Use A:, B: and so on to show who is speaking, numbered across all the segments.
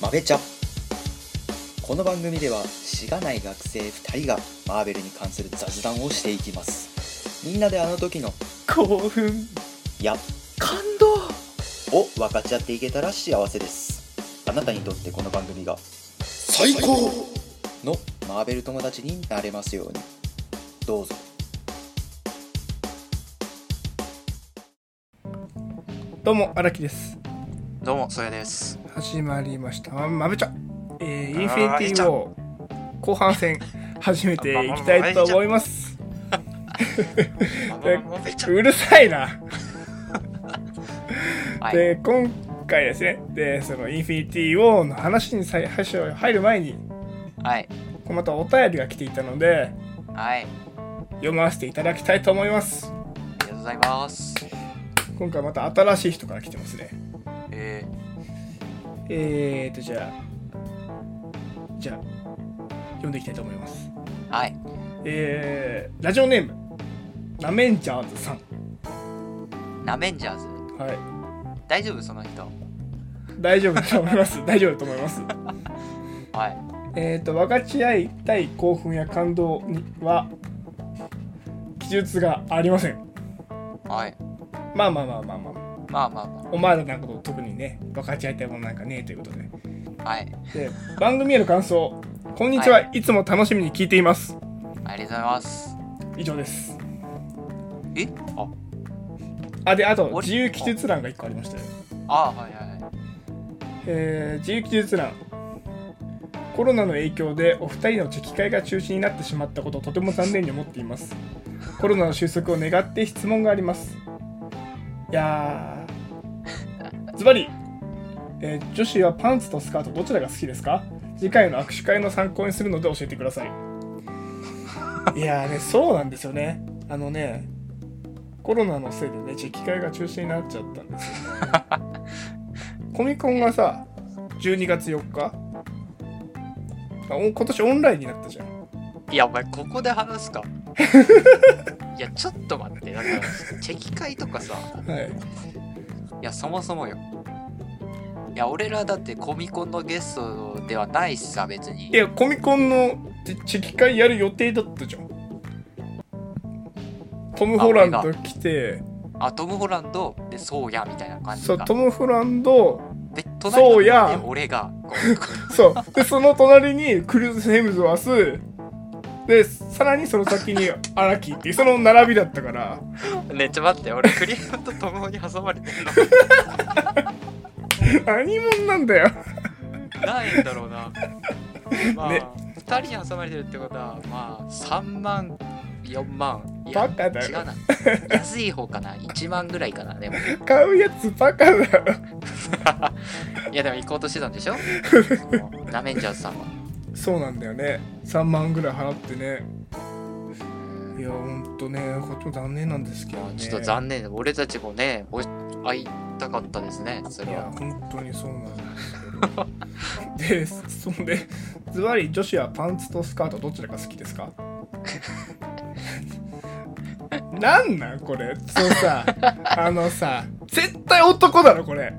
A: マベチャこの番組ではしがない学生2人がマーベルに関する雑談をしていきますみんなであの時の
B: 興奮
A: や
B: 感動
A: を分かち合っていけたら幸せですあなたにとってこの番組が
B: 最高
A: のマーベル友達になれますようにどうぞ
B: どうも荒木です
C: どうも、そやです。
B: 始まりましたままぶちゃえー、イン
C: あ
B: フ
C: ー
B: ィニティを後半戦始めていきたいと思いますえ
C: もうめっちゃ
B: うるさいな
C: はい
B: で今回ですねでそのインフィニティウォーの話にさ話を入る前に
C: はい。
B: またお便りが来ていたので
C: はい。あり
B: 読ませていただきたいと思います
C: がとうございます。
B: 今回また新しい人から来てますね
C: え
B: えーとじゃあじゃあ読んでいきたいと思います
C: ー、はい。
B: えーラジオネームラメンジャーズさん
C: ナメンジャーズ。
B: はい
C: 大丈夫その人。
B: 大丈夫だと思います大丈夫だと思い ます
C: はい。
B: えーと分かち合いたい興奮や感動には記述がありません
C: はい。
B: まあまあまあまあまあ
C: まあまあま
B: お前らなんかと特にね分かち合いたいものなんかねえということで
C: あ。はい。
B: で番組への感想こんにちは、い、つも楽しみに聞いています
C: ありがとうございます。
B: 以上です
C: え
B: あであと
C: 俺
B: 自由記述欄が1個ありましたよ
C: ああー、はいはいはい。
B: えー自由記述欄コロナの影響でお二人のチェキ会が中止になってしまったことをとても残念に思っていますコロナの収束を願って質問がありますいやーズバリ、えー女子はパンツとスカートどちらが好きですか次回の握手会の参考にするので教えてくださいいやーねそうなんですよねあのねコロナのせいでねチェキ会が中止になっちゃったんですよねコミコンがさ12月4日あお今年オンラインになったじゃん
C: いや、お前、ここで話 すか。いや、ちょっと待って。だから、チェキ会とかさ、
B: はい
C: いや、そもそもよ。いや、俺らだってコミコンのゲストではないしさ、別に。
B: いやコミコンのチチェキ会やる予定だったじゃんトム・ホランド来て
C: あ、トム・ホランド、で、そうや、みたいな感じ
B: そう
C: か
B: ト。ム・ホランド
C: で、隣
B: そうや
C: で俺が、こう
B: そうでその隣にクルーズ・ヘムズワスでさらにその先に荒木っていうその並びだったから
C: ねちょ待って俺クリエイトと共に挟まれてる
B: 何者なんだよ
C: のないんだろうなまあ、
B: ね
C: 2人に挟まれてるってことはまあ3万4万い
B: バ
C: や
B: カだ
C: 違う
B: よ
C: な安い方かな1万ぐらいかなで も
B: 買うやつバカだよ
C: いやでも行こうとしてたんでしょラメンジャーズさんは
B: そうなんだよね3万ぐらい払ってねいやほんとねこっちも残念なんですけど
C: まあ
B: ね
C: ちょっと残念で俺たちもねお会いたかったですねそ
B: い
C: れ
B: や
C: は
B: 本当にそうなんですけどでそんでズバリ女子はパンツとスカートどちらが好きですかなんなんこれそのさあのさ絶対男だろこれ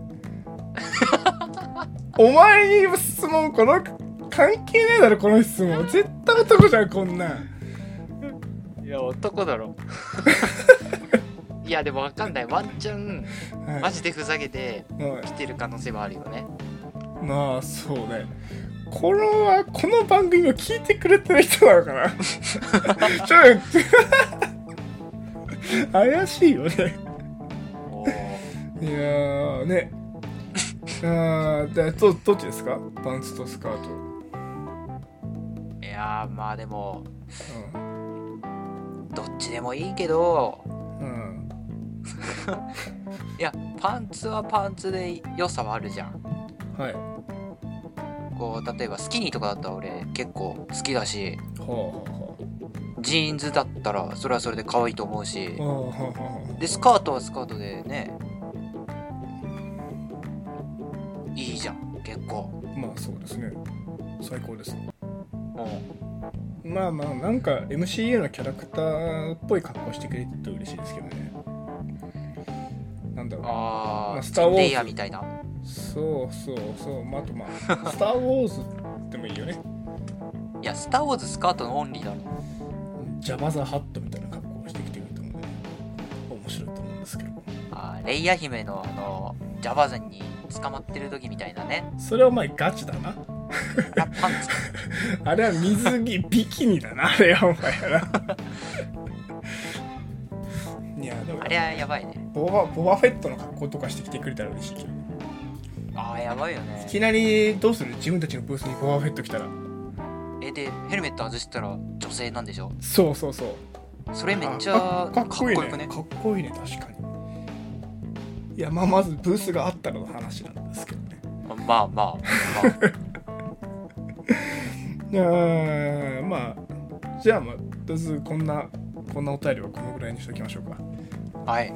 B: お前に質問この関係ねえだろこの質問絶対男じゃんこんなん
C: いや男だろ いやでもわかんないワンチャン
B: はい
C: マジでふざけて
B: はい
C: 来てる可能性はあるよね
B: まあそうねこれはこの番組を聞いてくれてる人なのかな ちょっと 怪しいよねい
C: お
B: やーねあーでどどっちですかパンツとスカート、
C: いやーまあでも
B: う
C: どっちでもいいけど
B: んうん、
C: いやパンツはパンツで良さはあるじゃん
B: はい
C: こう例えばスキニーとかだったら俺結構好きだし
B: ほうほ
C: ジーンズだったらそれはそれで可愛いと思うし
B: うほうほうほうほう
C: でスカートはスカートでねいいじゃん結構
B: ほうまあそうですね最高です
C: も
B: まあまあなんか MCU のキャラクターっぽい格好してくれると嬉しいですけどねなんだ
C: う
B: ろう
C: あ
B: まあ
C: あ
B: スターウォーズ
C: レイヤーみたいな
B: そそうそうそう、まあ、あとまあ「スター・ウォーズ」でもいいよね
C: いや、スター・ウォーズスカートのオンリーだろ。
B: ジャバザ・ハットみたいな格好をしてきてみてもね面白いと思うんですけど
C: あーレイヤ姫のあの、ジャバザンに捕まってる時みたいなね。
B: それはお前ガチだな
C: あパンツ。
B: あれは水着ビキニだなあれはお前やな いやでも
C: あれはやばいね。
B: ボバボバフェットの格好とかしてきてくれたら嬉しいけど
C: ああ、やばいよ
B: い
C: ね。
B: きなりどうする自分たちのブースにボバフェット来たら
C: え、で、ヘルメット外したら女性なんでしょ
B: そうそうそう
C: それめっち
B: あ
C: ゃ
B: かっ
C: かっ
B: こ
C: こ
B: い
C: よ
B: い
C: く
B: ね
C: ね。
B: かっこいいね確かにいやまあまずブースがあったらの話なんですけどね
C: まあまあ、ま
B: いやーまあじゃあまあとりあえずこんなこんなお便りはこのぐらいにしておきましょうか
C: あ、はい。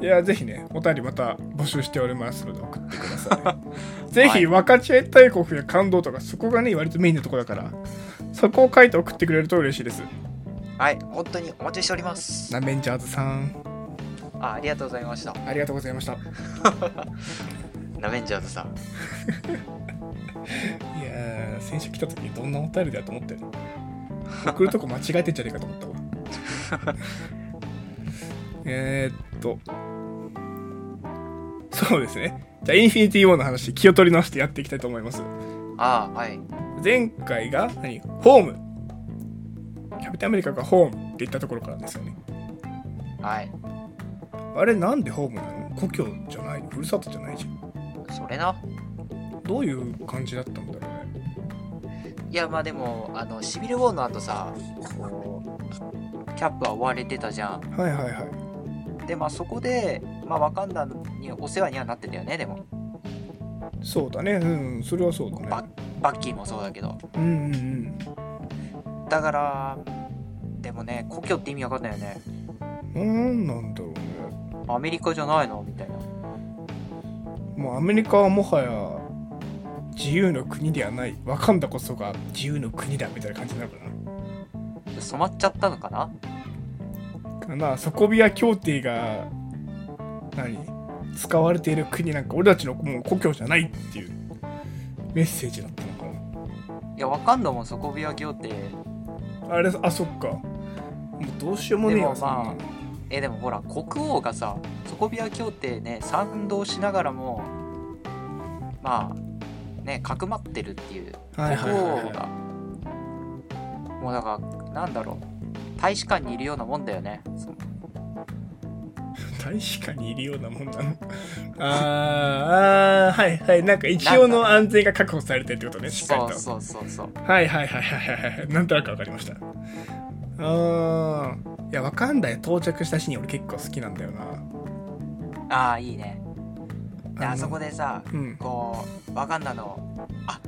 B: いやぜひねお便りまた募集しておりますので送ってくださ いぜひ分かち合い大国や感動とかそこがね割とメインのとこだからそこを書いて送ってくれると嬉しいです
C: はい、本当にお待ちしております。
B: ナメンジャーズさん
C: あありがとうございました。
B: ありがとうございましたい
C: ラベンジャーズさん。
B: やー先週来た時どんなお便りだと思ったよ送るとこ間違えてんじゃねえかと思ったわ えーっとそうですねじゃあインフィニティ・ウォーの話気を取り直してやっていきたいと思います
C: ああ、はい。
B: 前回が何ホームキャプテンアメリカがホームって言ったところからですよね
C: はい。
B: あれなんでホームなの故郷じゃないふるさとじゃないじゃん
C: それな。
B: どういう感じだったんだろうね
C: いや、まあでも、あの、シビルウォーの後さ、こうキャップは追われてたじゃん。
B: はいはいはい
C: で、まあそこで、まあワカンダにお世話にはなってたよね、でも。
B: そうだねうんそれはそうだね
C: ババッキーもそうだけど。
B: うんうんうん
C: だから、でもね、故郷って意味わかんないよね。
B: なんなんだろうね
C: アメリカじゃないのみたいな。
B: もうアメリカはもはや自由の国ではないワカンダこそが自由の国だみたいな感じになるか
C: 染まっちゃったのかな
B: なまあソコビア協定が何使われている国なんか俺たちのもう故郷じゃないっていうメッセージだったのか
C: いや、ワカンダもソコビア行って、
B: なあれあそっかもうどうしようもねえわ
C: でもまあ
B: そんなの
C: えでもほら国王がさソコビア協定ね賛同しながらもまあねかくまってるっていう
B: はい
C: 国
B: はいはい
C: 王
B: はい
C: がもうだからなんだろう大使館にいるようなもんだよねそ
B: 大使館にいるようなもんなの あーあーはいはいなんか一応の安全が確保されてるってことねしっかり
C: そ
B: と
C: うそうそうそう
B: はいはいはいはいはいはいなんとなくわかりましたあーいやわかんない到着したシーン俺結構好きなんだよな
C: ああいいねで
B: の
C: あそこでさ
B: うん
C: こうわかんだのあ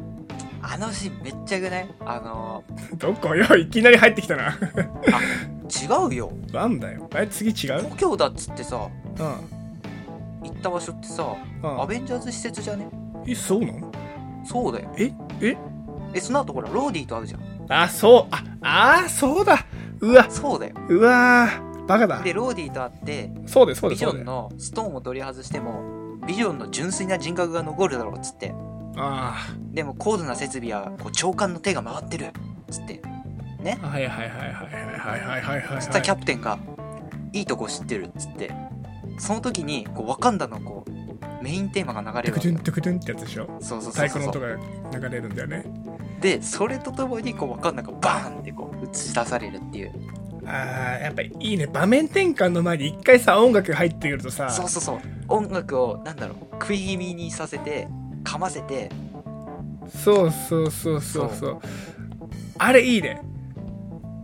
C: あのシーンめっちゃよくないあの
B: どこよいきなり入ってきたな
C: 違うよ
B: なんだよえ次違う
C: 故郷だっつってさ
B: うん
C: 行った場所ってさ
B: うん
C: アベンジャーズ施設じゃね
B: えそうなの
C: そうだよ
B: ええ
C: えその後ほらローディーと会うじゃん
B: あそうああーそうだうわ
C: そうだよ
B: うわーバカだ
C: でローディーと会って
B: そうですそうで
C: ビ
B: す
C: ジ
B: そう
C: ョ
B: で
C: ン
B: す
C: のストーンを取り外してもビジョンの純粋な人格が残るだろうっつって
B: あ
C: でも高度な設備やこう長官の手が回ってるっつって
B: あはいはいはいはいはいはいはいはいはい
C: そしたらキャプテンが「いいとこ知ってる」っつってその時にこうワカンダのこうメインテーマが流れ
B: トゥ
C: るわ
B: ク
C: け
B: トゥン
C: よ
B: トゥクトゥンってやつでしょ
C: そうそうそ
B: 太
C: うそ
B: 鼓の音
C: う
B: が流れるんだよね
C: でそれとともにこうワカンダがバーンってこう映し出されるっていう
B: あーやっぱりいいね場面転換の前に一回さ音楽が入ってくるとさ
C: そうそうそう音楽をなんだろう食い気味にさせて噛ませて
B: そうそうそうそうそうあれいいね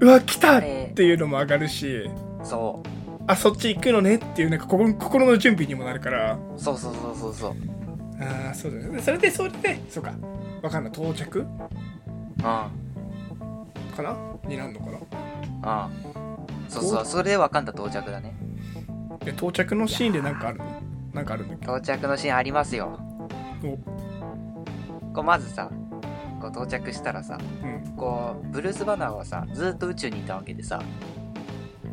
B: うわ来た
C: あ
B: っ
C: れ
B: ていうのも上がるし
C: そう
B: あそっち行くのねっていうなんか心心の準備にもなるから
C: そうそうそうそうそう。うん。
B: あーそうだねそれでそれでそうかわかんない到着
C: うん。
B: かなになるのかな
C: そうそう。それでわかんだ到着だね。
B: で到着のシーンでなんかあるのなんかあるんだっ
C: 到着のシーンありますよ。
B: けお
C: こうまずさ、こう到着したらさ、
B: うん
C: こうブルースバナーはさ、ずっと宇宙にいたわけでさ、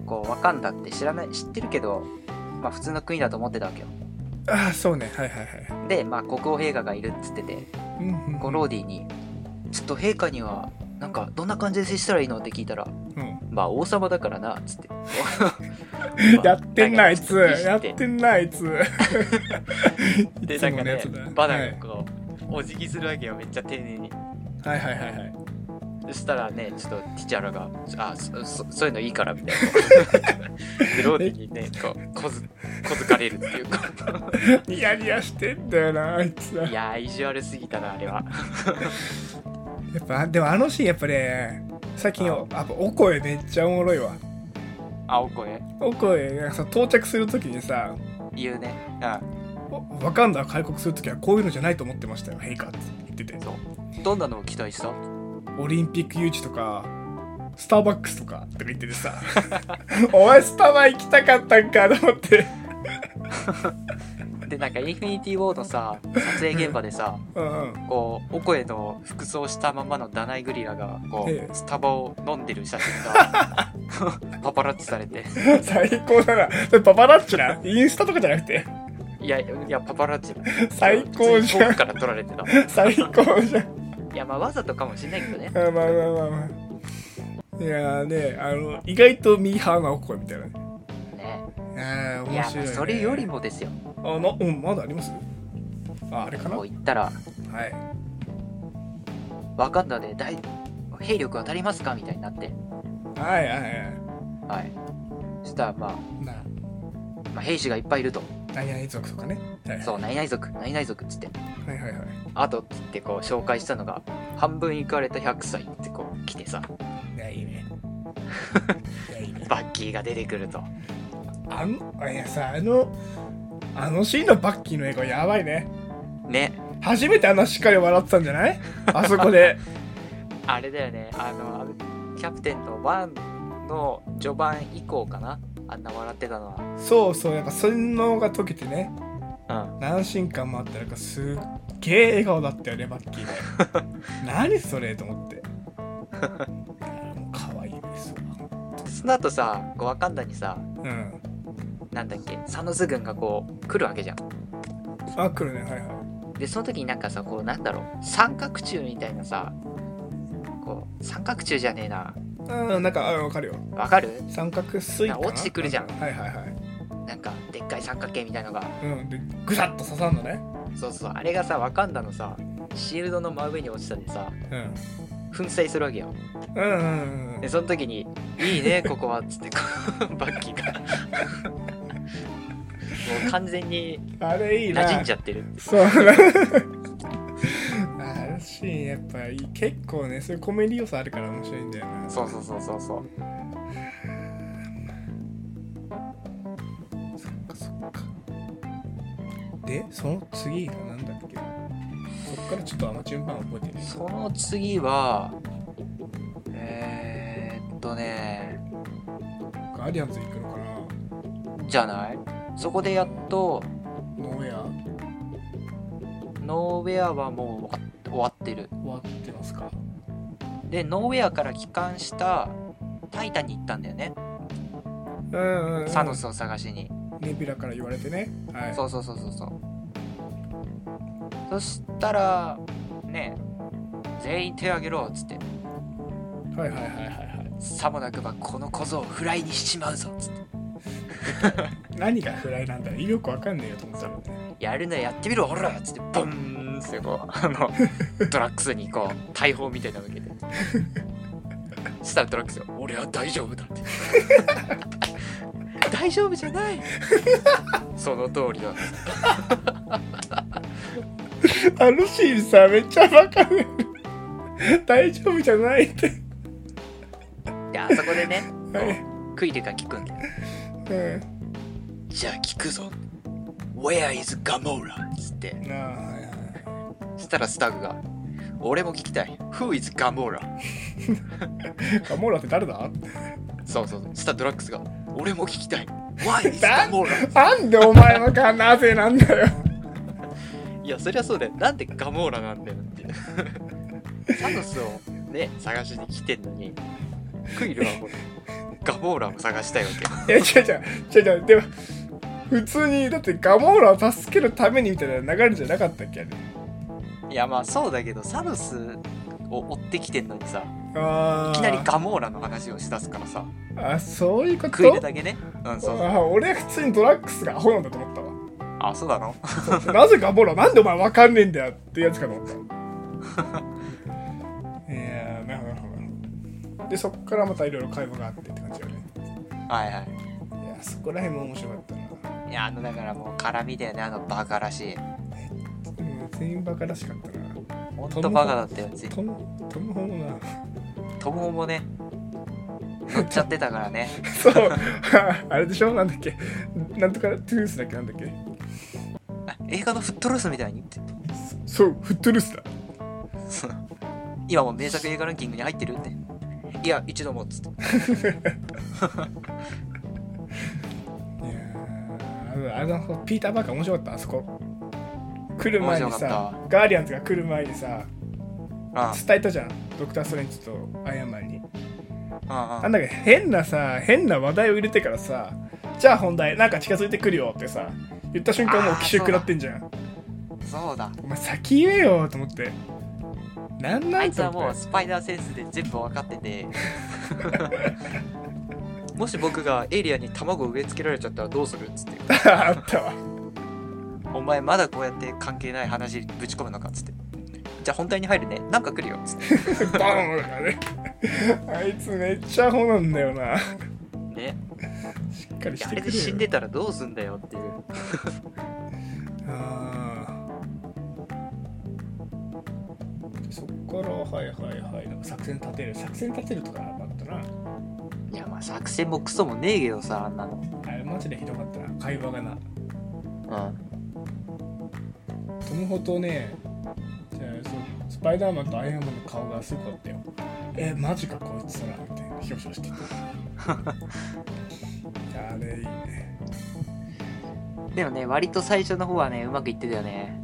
C: こうわかんだって知らない知ってるけど、まあ普通の国だと思ってたわけよ。
B: ああそうねはいはいはい
C: で、まあ、国王陛下がいるっつってて
B: うんうんうん
C: こうローディに「ちょっと陛下にはなんかどんな感じで接したらいいの?」って聞いたら
B: うん。
C: 「まあ王様だからな」っつって
B: やってんなあいつやっ
C: で
B: てんなあいつ
C: で
B: い
C: な
B: つ
C: ん
B: も
C: か
B: のや
C: ね
B: つだ
C: バナ
B: は
C: ナ
B: い
C: がこうお辞儀するわけよめっちゃ丁寧に。
B: はいはいはいはい
C: そしたらね、ちょっとティチャラが、あ、そそそういうのいいからみたい な。で、ローディにね、こう、こず、こづかれるって いうか。
B: ニヤニヤしてんだよなあいつら
C: いやー、意地悪すぎたな、あれは。
B: やっぱでもあのシーンやっぱね最近よやっぱお声めっちゃおもろいわ
C: 青子ね、
B: お声なんかさ到着するときにさ
C: 言うね。
B: 「わかんだ開国するときはこういうのじゃないと思ってましたよ陛下」って言ってて
C: うん。どんなのを期待した
B: オリンピック誘致とかスターバックスとかとか言ってて さお前スタバ行きたかったんかと思って
C: で、なんか、インフィニティ・ウォーのさ、撮影現場でさ、
B: うんうん
C: こう、お声の服装したままのダナイグリラが、こ
B: ええ
C: う、スタバを飲んでる写真が、 パパラッチされて。
B: 最高だなそれパパラッチなインスタとかじゃなくて
C: いや、いや、パパラッチだ。
B: 最高じゃ
C: 遠
B: ん
C: くから撮られてた。
B: 最高じゃん
C: いや、まあ、わざとかもしれないけどね。
B: あまあまあまあまあいやーねあの意外とミーハーなお声みたいなね
C: ね
B: あー
C: い
B: 面
C: や
B: 白い、ね、
C: それよりもですよ、
B: あなうんまだありますああれかな
C: こ
B: は
C: う
B: い
C: 言ったら、ワカンダで大兵力は足りますかみたいになって、
B: はいはいはい
C: はい、そしたら、まあ、
B: な
C: まあ、兵士がいっぱいいると、
B: 何々族とかねはい
C: そう、何々族、何々族っつって、
B: はいはいはい
C: あとっつってこう紹介したのが、半分いかれた100歳ってこう来てさ、
B: いやいいねいやいいね
C: バッキーが出てくると、
B: あのいやさあのあのシーンのバッキーの映画やばいね
C: ね、
B: 初めてあんなしっかり笑ってたんじゃないあそこで
C: あれだよね、あの、キャプテンのワンの序盤以降かな、あんな笑ってたのは。
B: そうそうなんか洗脳が解けてね
C: うん
B: 何進感もあったなんかすっげえ笑顔だったよねバッキーね 何それと思っていやもう可愛いですわ
C: その後さ、こうワカンダにさ、
B: うん
C: なんだっけ、サノス軍がこう来るわけじゃん。
B: あ来るねはいはい
C: でその時になんかさこうなんだろう三角柱みたいなさこう三角柱じゃねえな
B: うんなんかあ分かるよ
C: わかる
B: 三角錐かな
C: あ落ちてくるじゃん
B: はいはいはい
C: なんかでっかい三角形みたいのが
B: うんでぐさっと刺さんのね
C: そうそうあれがさワカンダのさシールドの真上に落ちたでさ
B: うん
C: 粉砕するわけよ
B: うんうんうん
C: でその時に「いいね ここは」っつってこう バッキーがもう完全に
B: あれいいな
C: 馴染んじゃってるって
B: そうな あのシーンやっぱいい結構ねそういうコメディ要素あるから面白いんだよな
C: そうそうそうそうそう
B: そっかそっかでその次がなんだっけそっからちょっとあんま順番覚えてない
C: その次はえー、っとね
B: ガーディアンズ行くのかな
C: じゃないそこでやっと
B: ノーウェア
C: ノーウェアはもう終わってる
B: 終わってますか
C: でノーウェアから帰還したタイタンに行ったんだよね
B: うんうん、
C: サノスを探しに
B: ネビュラから言われてねはい
C: そうそうそうそうそうそしたらね全員手を挙げろっつって
B: はいはいはいはいはい
C: さもなくばこの小僧をフライにしちまうぞっつって
B: 何がフライなんだろうよくわかんねえよと思ってたもんね
C: やるなやってみろほらっつってボンってこう あのドラッグスにこう大砲みたいなの受けてそしたらドラッグスが「俺は大丈夫だ」って 大丈夫じゃないその通り だ
B: あのシーンさめっちゃバカね 大丈夫じゃないって
C: であそこでね
B: はい
C: クイルが聞くんだよ
B: うん
C: じゃあ聞くぞ Where is Gamora? っつって
B: ああはいはい
C: そしたらスタッフが「俺も聞きたい Who is Gamora?
B: ガモーラって誰だ」
C: そうそうそうそしたらドラッグスが「俺も聞きたい Why is
B: だ
C: Gamora?
B: なんでお前のかなぜなんだよ
C: いや、そりゃそうだよ。なんでガモーラなんだよっていう。サノスをね、探しに来てんのに、クイルはもう、ガモーラを探したいわけよ。
B: いや違う違う違う違うでも普通にだってガモーラを助けるためにみたいな流れじゃなかったっけあれ
C: いやまあそうだけどサノスを追ってきてんのにさ
B: あー
C: いきなりガモーラの話をしだすからさ
B: あそういうこ
C: 食い
B: と
C: るだけねうんそうそう
B: あ俺普通にドラッグスがアホなんだと思ったわ
C: あそうだの
B: なぜかボロなんでお前わかんねえんだよっていうやつかと 思ったいやーなるほどなるほどでそっからまたいろいろ会話があってって感じよね
C: はいはい
B: いやそこら辺も面白かったない
C: やあのだからもう絡みだよねあのバカらしい
B: うん全員バカらしかったな
C: ほんとバカだったよつい
B: トムトムホもな
C: トムホもね乗っちゃってたからね
B: そう あれでしょなんだっけなんとかトゥルースだっけなんだっけ
C: あ映画のフットルースみたいにって
B: そうフットルースだ
C: その今も名作映画ランキングに入ってるっていや一度もっつって
B: いやーあのあのピーター・バーカー面白かったあそこ来る前に
C: 面白か
B: さガーディアンズが来る前にさ
C: あ
B: 伝えたじゃんドクター・ストレンジとアイアンマンに
C: ああ
B: なんだか変なさ変な話題を入れてからさじゃあ本題なんか近づいてくるよってさ言った瞬間もう奇襲食らってんじゃん
C: あそうだ
B: お前先言えよと思ってなんな
C: あい
B: ん
C: つ
B: と
C: はも
B: 思
C: う
B: って
C: スパイダーセンスで全部分かっててもし僕がエイリアンに卵を植え付けられちゃったらどうするっつって
B: あったわ
C: お前まだこうやって関係ない話ぶち込むのかっつってじゃあ本題に入るねなんか来るよっつって
B: バーンだからねあいつめっちゃアホなんだよな
C: ね
B: しっかり
C: い
B: し
C: やあ
B: て
C: れ
B: く
C: で
B: れ
C: 死ん
B: よ
C: でたらどうすんだよっていう
B: あーそっからはいはいはいなんか作戦立てる作戦立てるとかあったない
C: やまあ作戦もクソもねえけどさあんなの
B: あれマジでひどかったな会話がな
C: うん
B: トムホとねじゃあそうスパイダーマンとアイアンマンの顔がすごかったよえマジかこいつらみたいな表彰してた いやあれいいね
C: でもね割と最初の方はねうまくいってたよね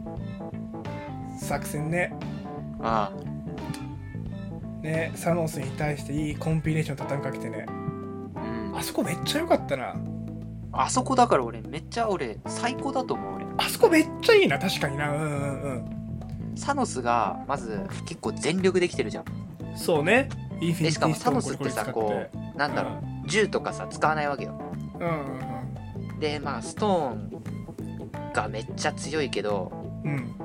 B: 作戦ね
C: あ
B: ねサノスに対していいコンピレーション畳みかけてね
C: あうん
B: あそこめっちゃ良かったな
C: あそこだから俺めっちゃ俺最高だと思う俺
B: あそこめっちゃいいな確かになうんうん
C: サノスがまず結構全力できてるじゃん
B: うんそうねインフィニ
C: で
B: ティ
C: しかも
B: ス
C: サ
B: トーン
C: ノ
B: こ
C: ス
B: れ
C: っ
B: こ
C: て
B: れ使
C: さこうなんだろう銃とかさ使わないわけよ
B: うんうん
C: でまあストーンがめっちゃ強いけど
B: うんうん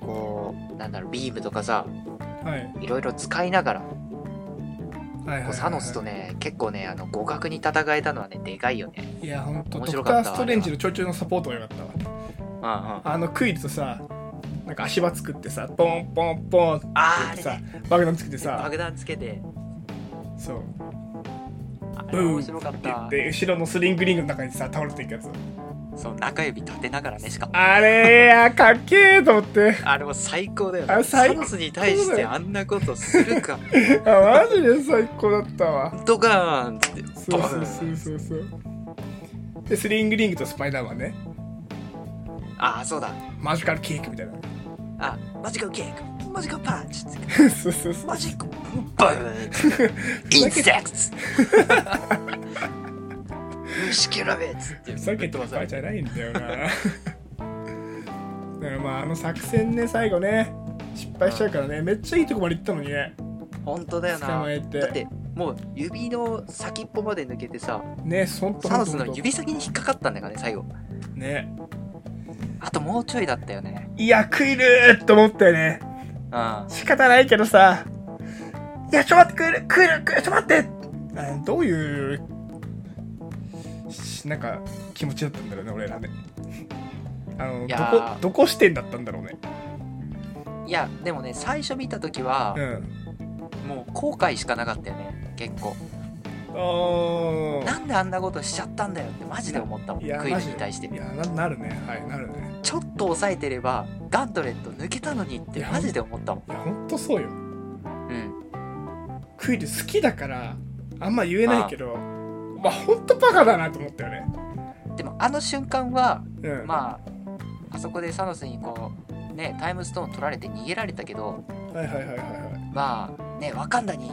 C: こうなんだろうビームとかさ
B: はい
C: いろいろ使いながらこ
B: はいはいは
C: う
B: い
C: サノスとね結構ねあの互角に戦えたのはねでかいよね
B: いやほんとド
C: 面
B: ク
C: 白
B: タ
C: か
B: ー・
C: った
B: ストレンジのちょいちょいのサポートが良かったわ
C: うんうんあ
B: あのクイズとさなんか足場作ってさポンポンポンって
C: あれ
B: さ
C: ね
B: 爆弾作ってさ
C: 爆弾つけて
B: そう
C: あれ
B: ブーン
C: 面白かった
B: で後ろのスリングリングの中にさ倒れていくやつ
C: そう中指立てながらねしかも
B: あれやかっけえと思って
C: あれも最高だよ
B: あ
C: ね
B: れ最
C: サ
B: 高
C: ノスに対してあんなことす るか
B: あマジで最高だったわ
C: ドカーンっつって
B: そうそうそうそうそうでスリングリングとスパイダーマンね
C: ああそうだ
B: マジカルケーキみたいな
C: あマジカルケークマジカルパンチっつって
B: そうそうそう
C: マジック バーンインセクツ虫けらべっつって
B: ふざけてる場合じゃないんだ よなだからまああの作戦ね最後ね失敗しちゃうからねめっちゃいいとこまで行ったのにね
C: 本当だよな
B: 捕まえて
C: だってもう指の先っぽまで抜けてさ
B: ねそんと
C: サノスの指先に引っかかったんだからね最後
B: ね
C: あともうちょいだったよね
B: いや食いるーと思ったよね
C: うん
B: 仕方ないけどさいやちょっと待って食える食える食えるちょっと待ってあどういうしなんか気持ちだったんだろうね俺らね あのど
C: いや
B: こ
C: ー
B: どこ視点だったんだろうね
C: いやでもね最初見た時は
B: うん
C: もう後悔しかなかったよね結構
B: あ
C: なんであんなことしちゃったんだよってマジで思ったもん
B: いや
C: クイズに対して
B: いやななるねはいなるね
C: ちょっと抑えてればガントレット抜けたのにってマジで思ったもん
B: いやほんとそうよ
C: うん
B: クイズ好きだからあんま言えないけどまあほんとバカだなと思ったよね
C: でもあの瞬間は
B: うん、
C: まああそこでサノスにこうねタイムストーン取られて逃げられたけど
B: はいはいはいはいは
C: まあねワカンダに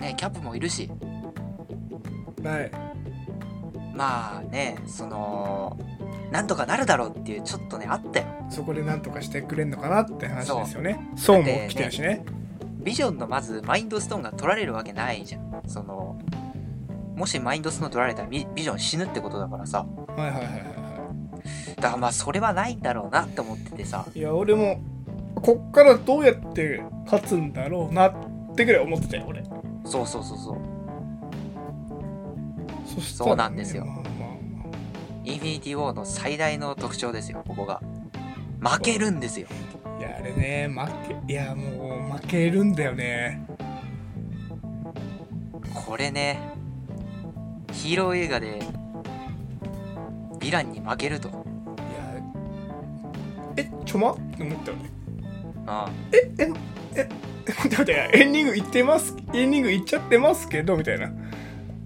C: ねキャップもいるし
B: いはい
C: まあねそのなんとかなるだろうっていうちょっとねあったよ
B: そこで何とかしてくれんのかなって話ですよねそうも来てるしね
C: ビジョンのまずマインドストーンが取られるわけないじゃんそのもしマインドストーン取られたらビビジョン死ぬってことだからさ
B: はいはいはいはいは
C: だからまあそれはないんだろうなって思っててさ
B: いいや俺もこっからどうやって勝つんだろうなってぐらい思ってたよ俺
C: そうそうそうそう
B: そしたら
C: そうなんですよ
B: まあまあまあ
C: インフィニティ・ウォーの最大の特徴ですよここが負けるんですよ
B: いやあれね負けいやもう負けるんだよね
C: これねヒーロー映画でヴィランに負けると
B: いやえちょまって思ったよね
C: あ
B: ええええ待って待ってエンディングいってますエンディングいっちゃってますけどみたいな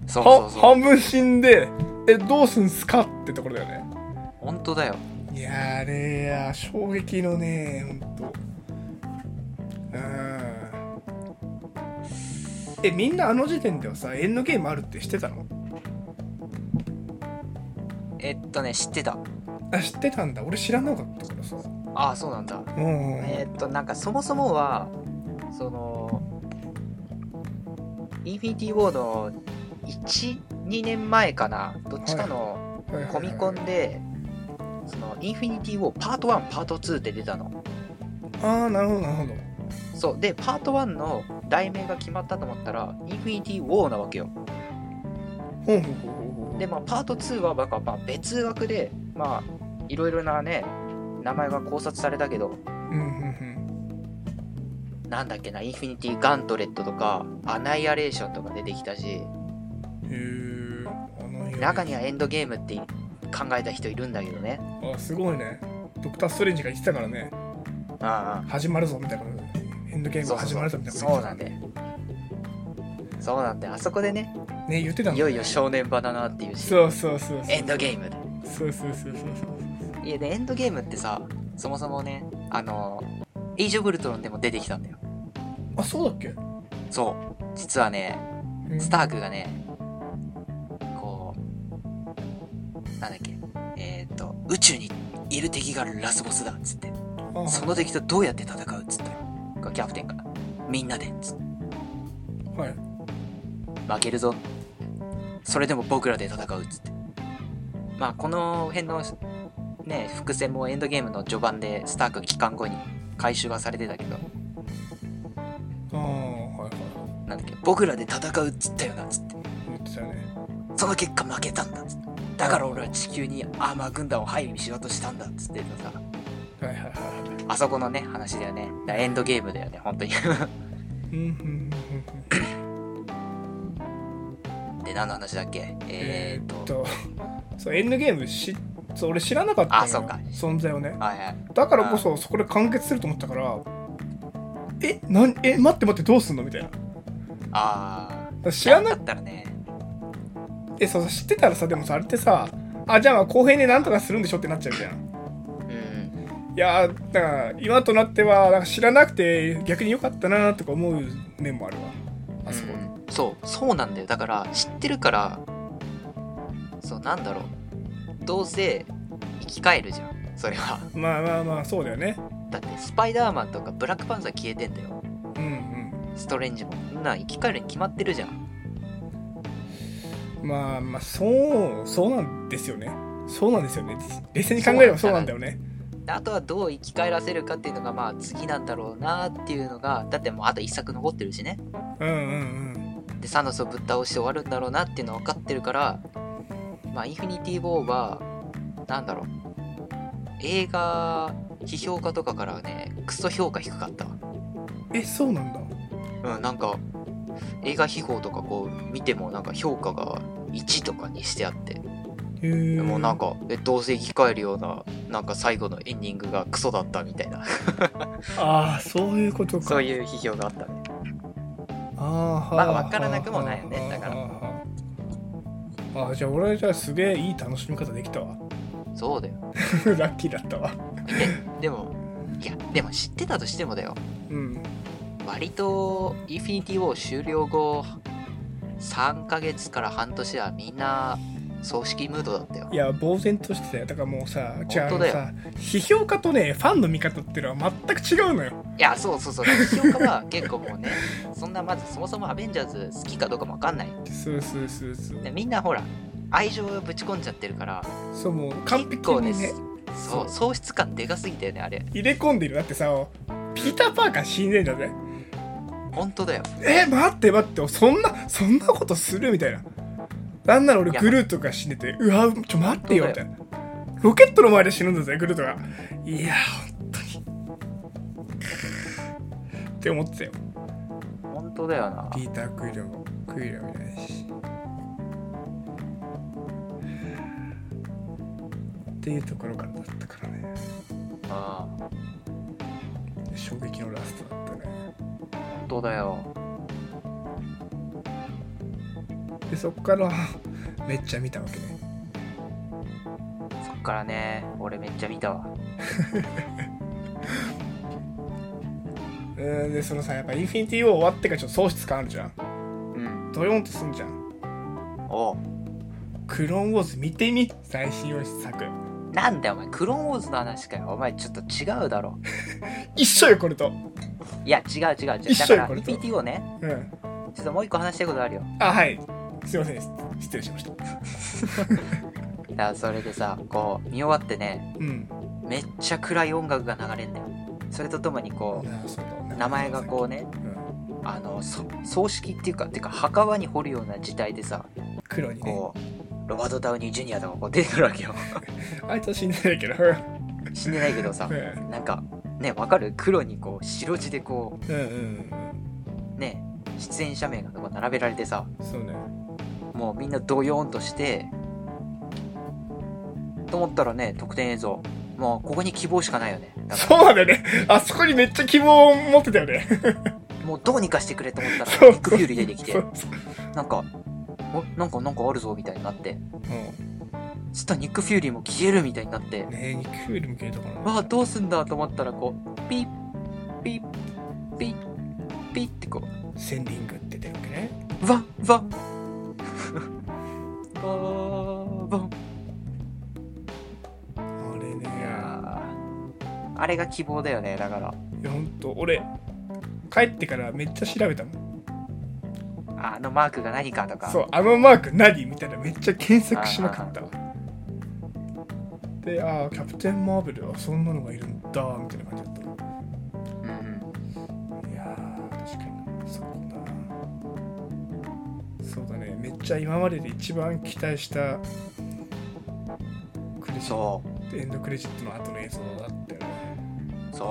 C: そうそ
B: は
C: うそう
B: 半分死んでえどうすんすかってところだよね
C: 本当だよ
B: いやーあれや衝撃のねほんとうんえみんなあの時点ではさエンドゲームあるって知ってたの
C: えっとね知ってた
B: あ知ってたんだ俺知らなかったからさ
C: ああそうなんだ
B: うん
C: えーっとなんかそもそもはそのインフィニティ・ウォーの12年前かなどっちかのコミコンで、そのインフィニティ・ウォーパート1パート2って出たの
B: ああなるほどなるほど
C: そうでパート1の題名が決まったと思ったらインフィニティ・ウォーなわけよ
B: ほうほうほうほうほう
C: でまあパート2はなんかまあ別枠でまあいろいろなね名前が考察されたけど
B: うんうん
C: なんだっけなインフィニティ・ガントレットとかアナイアレーションとか出てきたし
B: うんへえあの
C: 中にはエンドゲームって考えた人いるんだけどね。
B: あすごいねドクター・ストレンジが言ってたからね
C: あ
B: 始まるぞみたいなエンドゲームが始まるぞみたいな
C: そうなんで。そうなんで、あそこでね、
B: ね言ってたの
C: いよいよ少年場だなっていうし、
B: そうそうそうそう
C: エンドゲームで。
B: そうそうそうそう
C: いや、で、エンドゲームってさ、そもそもね、あの、エイジ・オブ・ウルトロンでも出てきたんだよ。
B: あそうだっけ
C: そう。実はね、スタークがね、こう、なんだっけ、えっ、と、宇宙にいる敵がラスボスだっつって。
B: ー
C: その敵とどうやって戦うっつってこれキャプテンがみんなでっつって
B: はい
C: 負けるぞそれでも僕らで戦うっつってまあこの辺のね伏線もエンドゲームの序盤でスターク帰還後に回収がされてたけど
B: ああはいは
C: なんだっけ僕らで戦うっつったよなっつって
B: い言ってたね
C: その結果負けたんだっつってだから俺は地球にアーマー軍団を配備しようとしたんだっつってたさ
B: はいはいはいは
C: あそこのね話だよねだからエンドゲームだよね本当に
B: いうんうんうんうん
C: で何の話だっけえ
B: え
C: ー、
B: ーっ
C: っと
B: とそうエンドゲームしそう俺知らなかったのよ
C: あそうか
B: 存在をね
C: はいはい
B: だからこそそこで完結すると思ったからえなんえ待って待ってどうすんのみたいなだか
C: ああ
B: ら知らな
C: かったらね
B: えそうそう知ってたらさでもさあれってさあじゃあまあ後編でなんとかするんでしょってなっちゃうみたいな
C: うん
B: いやーだから今となってはなんか知らなくて逆に良かったなとか思う面もあるわあそこ、
C: うんそうそうなんだよだから知ってるからそうなんだろうどうせ生き返るじゃんそれは
B: まあまあまあそうだよね
C: だってスパイダーマンとかブラックパンサー消えてんだよ
B: うんうん
C: ストレンジもみんな生き返るに決まってるじゃん
B: まあまあそうそうなんですよねそうなんですよね冷静に考えればそうなんだよね
C: であとはどう生き返らせるかっていうのがまあ次なんだろうなっていうのがだってもうあと一作残ってるしね
B: うんうん
C: でサノスをぶっ倒して終わるんだろうなっていうのは分かってるからまあインフィニティ・ウォーはなんだろう映画批評家とかからはねクソ評価低かったわ
B: うんえそうなんだ
C: うんなんか映画批評とかこう見てもなんか評価が1とかにしてあって
B: へえ
C: もうなんかえどうせ生き返るようななんか最後のエンディングがクソだったみたいな
B: ああそういうことか
C: そういう批評があったね
B: あー
C: まあ
B: はーはー
C: わからなくもないよね
B: はー
C: だか
B: は
C: ら
B: ーはーあーじゃあ俺じゃあすげえいい楽しみ方できたわ
C: そうだよ
B: ラッキーだったわ
C: えでもいやでも知ってたとしてもだよ
B: うん
C: 割とインフィニティウォー終了後3ヶ月から半年はみんな葬式ムードだったよ
B: いや呆然としてたよだからもうさじゃああ
C: 本
B: の
C: 当だよ
B: さ批評家とねファンの見方っていうのは全く違うのよ
C: いやそうそうそう批評家は結構もうね そんなまずそもそもアベンジャーズ好きかどうかもわかんない
B: そうそうそうそう
C: でみんなほら愛情をぶち込んじゃってるから
B: そうもう完
C: 結
B: 璧
C: 構
B: に
C: ね
B: ね
C: そう
B: そう
C: 喪失感でかすぎたよねあれ
B: 入れ込んでるだってさピーター・パーカー死んでんだぜ
C: 本当だよ
B: え待って待ってそんなそんなことするみたいななんなら俺
C: いや
B: グルートが死んでてうわちょ待ってよ
C: 本
B: みた
C: 当だ
B: いなロケットの前で死ぬんだぜグルートがいや本当にって思ってたよ
C: 本当だよな
B: ピーター・クイリョもクイリョもいないしっていうところからだったからね
C: ああ
B: 衝撃のラストだったね
C: 本当だよ
B: でそっから めっちゃ見たわけね
C: そっからね俺めっちゃ見たわ
B: うんでそのさやっぱインフィニティ・ウォー終わってからちょっと喪失感あるじゃん
C: うん
B: ドヨーンとすんじゃん
C: おう
B: クローンウォーズ見てみ最新用紙作
C: なんだよお前クローンウォーズの話かよお前ちょっと違うだろ
B: 一緒よこれと
C: いや違う違う違う
B: 一
C: だ
B: 緒
C: か
B: よ
C: ら
B: これと
C: PTO ね
B: うん
C: ちょっともう一個話したいことあるよ
B: あはいすいませんし失礼しました
C: いやそれでさこう見終わってね
B: うん
C: めっちゃ暗い音楽が流れんだよそれとともにこ
B: なあそう
C: う
B: だ
C: 名前がこうね
B: うん
C: あのそ葬式っていうかてか墓場に掘るような事態でさ
B: 黒にね
C: こうロバート・ダウニー・ジュニアとかこう出てくるわけよ
B: あいつは死んでないけど う
C: 死んでないけどさ
B: んうん
C: なんかねわかる黒にこう白地でこ
B: うん
C: うね出演者名がこう並べられてさ
B: うんそうね
C: もうみんなドヨーンとしてと思ったらね特典映像もうここに希望しかないよねだか
B: そうなんだよねあそこにめっちゃ希望を持ってたよね
C: らもうどうにかしてくれと思った
B: そう
C: らビッグフューリー出てき
B: そ
C: て
B: うそう
C: なんかおなんかなんかあるぞみたいになって
B: うん
C: そしたらニック・フューリーも消えるみたいになって
B: ねえニックフィールも消えたから
C: わあどうすんだと思ったらこうピッピッピッピッってこう
B: センディングって出てるわけね
C: ワンワ ンワンワン
B: あれね
C: いやーあれが希望だよねだから
B: いやほんと俺帰ってからめっちゃ調べたもん
C: あのマークが何かとか
B: そうあのマーク何みたいなめっちゃ検索しまくったわでああキャプテン・マーベルはそんなのがいるんだみたいな感じだっ
C: うんうん
B: たいやー確かにそうだなそうだねめっちゃ今までで一番期待したクレジッ
C: そ
B: トエンドクレジットの後の映像だったよね
C: うそ
B: そう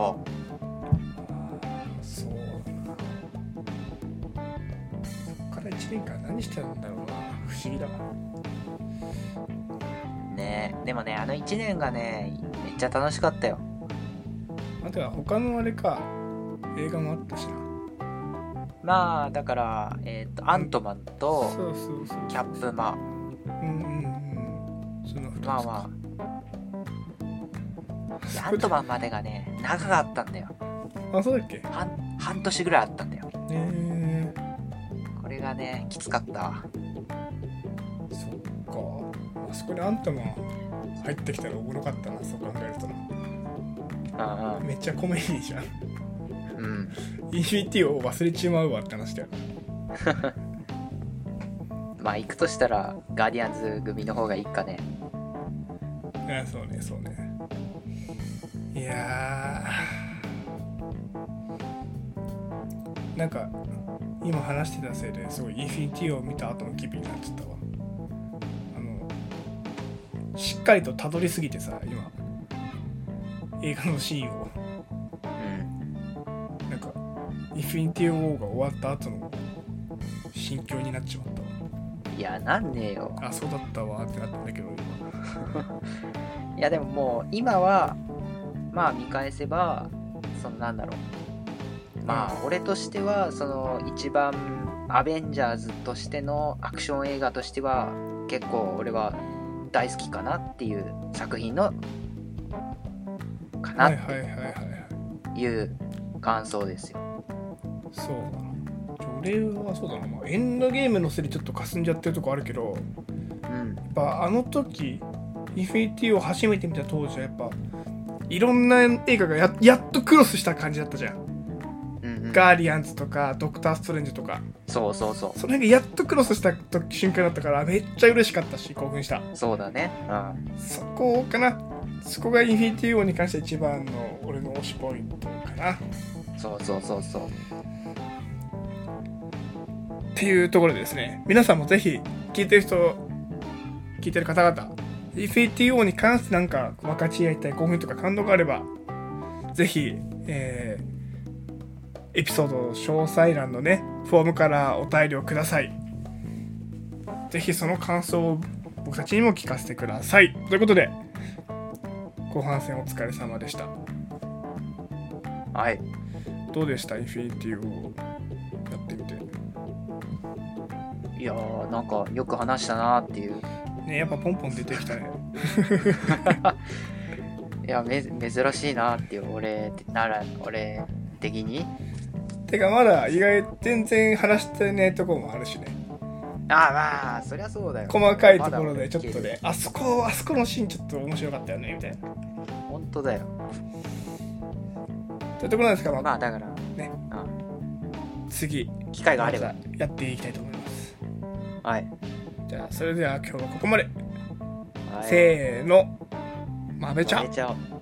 B: だなそっから1年間何してたんだろうな不思議だわ
C: うねでもねあの1年がねめっちゃ楽しかったよ
B: あとは他のあれか映画もあったしな
C: まあだからえっ、とアントマンと
B: そうそうそう
C: キャップマ
B: うんうんうんその2つ
C: まあまあアントマンまでがね長かったんだよ
B: あそうだっけ
C: 半半年ぐらいあったんだよ
B: え
C: これがねきつかったわ
B: ー、そっかあそこにアントマン入ってきたらおもろかったなそう考えるとな
C: う
B: めっちゃコメディじゃん
C: んうん
B: EBT を忘れちまうわって話だよな
C: まあ行くとしたらガーディアンズ組の方がいいかね
B: ああそうねそうねいやーなんか今話してたせいですごいインフィニティを見た後の気分になっちゃったわあのしっかりとたどりすぎてさ今映画のシーンを
C: うん
B: なんかインフィニティ・ウォーが終わった後の心境になっちまったわ
C: いやなんねえよ
B: あそうだったわってなったんだけど今
C: いやでももう今はまあ見返せばそのなんだろうまあ俺としてはその一番アベンジャーズとしてのアクション映画としては結構俺は大好きかなっていう作品のかな
B: はい
C: っ
B: はいはいはいはい
C: ていう感想ですよ。
B: そうだな俺はそうだな、まあ、エンドゲームのせいでちょっとかすんじゃってるとこあるけど
C: うん
B: ぱあの時インフィニティを初めて見た当時はやっぱいろんな映画がややっとクロスした感じだったじゃん、
D: うんうん、
B: ガーディアンズとかドクター・ストレンジとか
D: そうそうそう
B: その辺がやっとクロスした時瞬間だったからめっちゃ嬉しかったし興奮した
D: そうだねうん
B: そこかなそこがインフィニティ王に関して一番の俺の推しポイントかなっ
D: そうそうそうそう
B: ていうところでですね皆さんもぜひ聞いてる人聞いてる方々インフィニティ王に関してなんか分かち合いたい興奮とか感動があればぜひ、えーエピソード詳細欄のねフォームからお便りをくださいぜひその感想を僕たちにも聞かせてくださいということで後半戦お疲れ様でした
D: はい
B: どうでしたインフィニティをやってみて。
D: いやーなんかよく話したなーっていう
B: ねやっぱポンポン出てきたね。
D: いやめ珍しいなーっていう俺なら俺的に
B: てかまだ意外全然話してないところもあるしね。
D: ああまあそりゃそうだよ
B: 細かいところでちょっと
D: まだ
B: ね、あそこ、あそこのシーンちょっと面白かったよね、みたいな。
D: 本当だよ
B: というところなんですが、まあ、
D: まあだから
B: ね
D: う
B: 次、
D: ん、機会があれ
B: ま
D: ば
B: たやっていきたいと思います。
D: はい、
B: じゃあ、それでは今日はここまで。
D: はい、
B: せーの、まべちゃん
D: まめ。ちゃん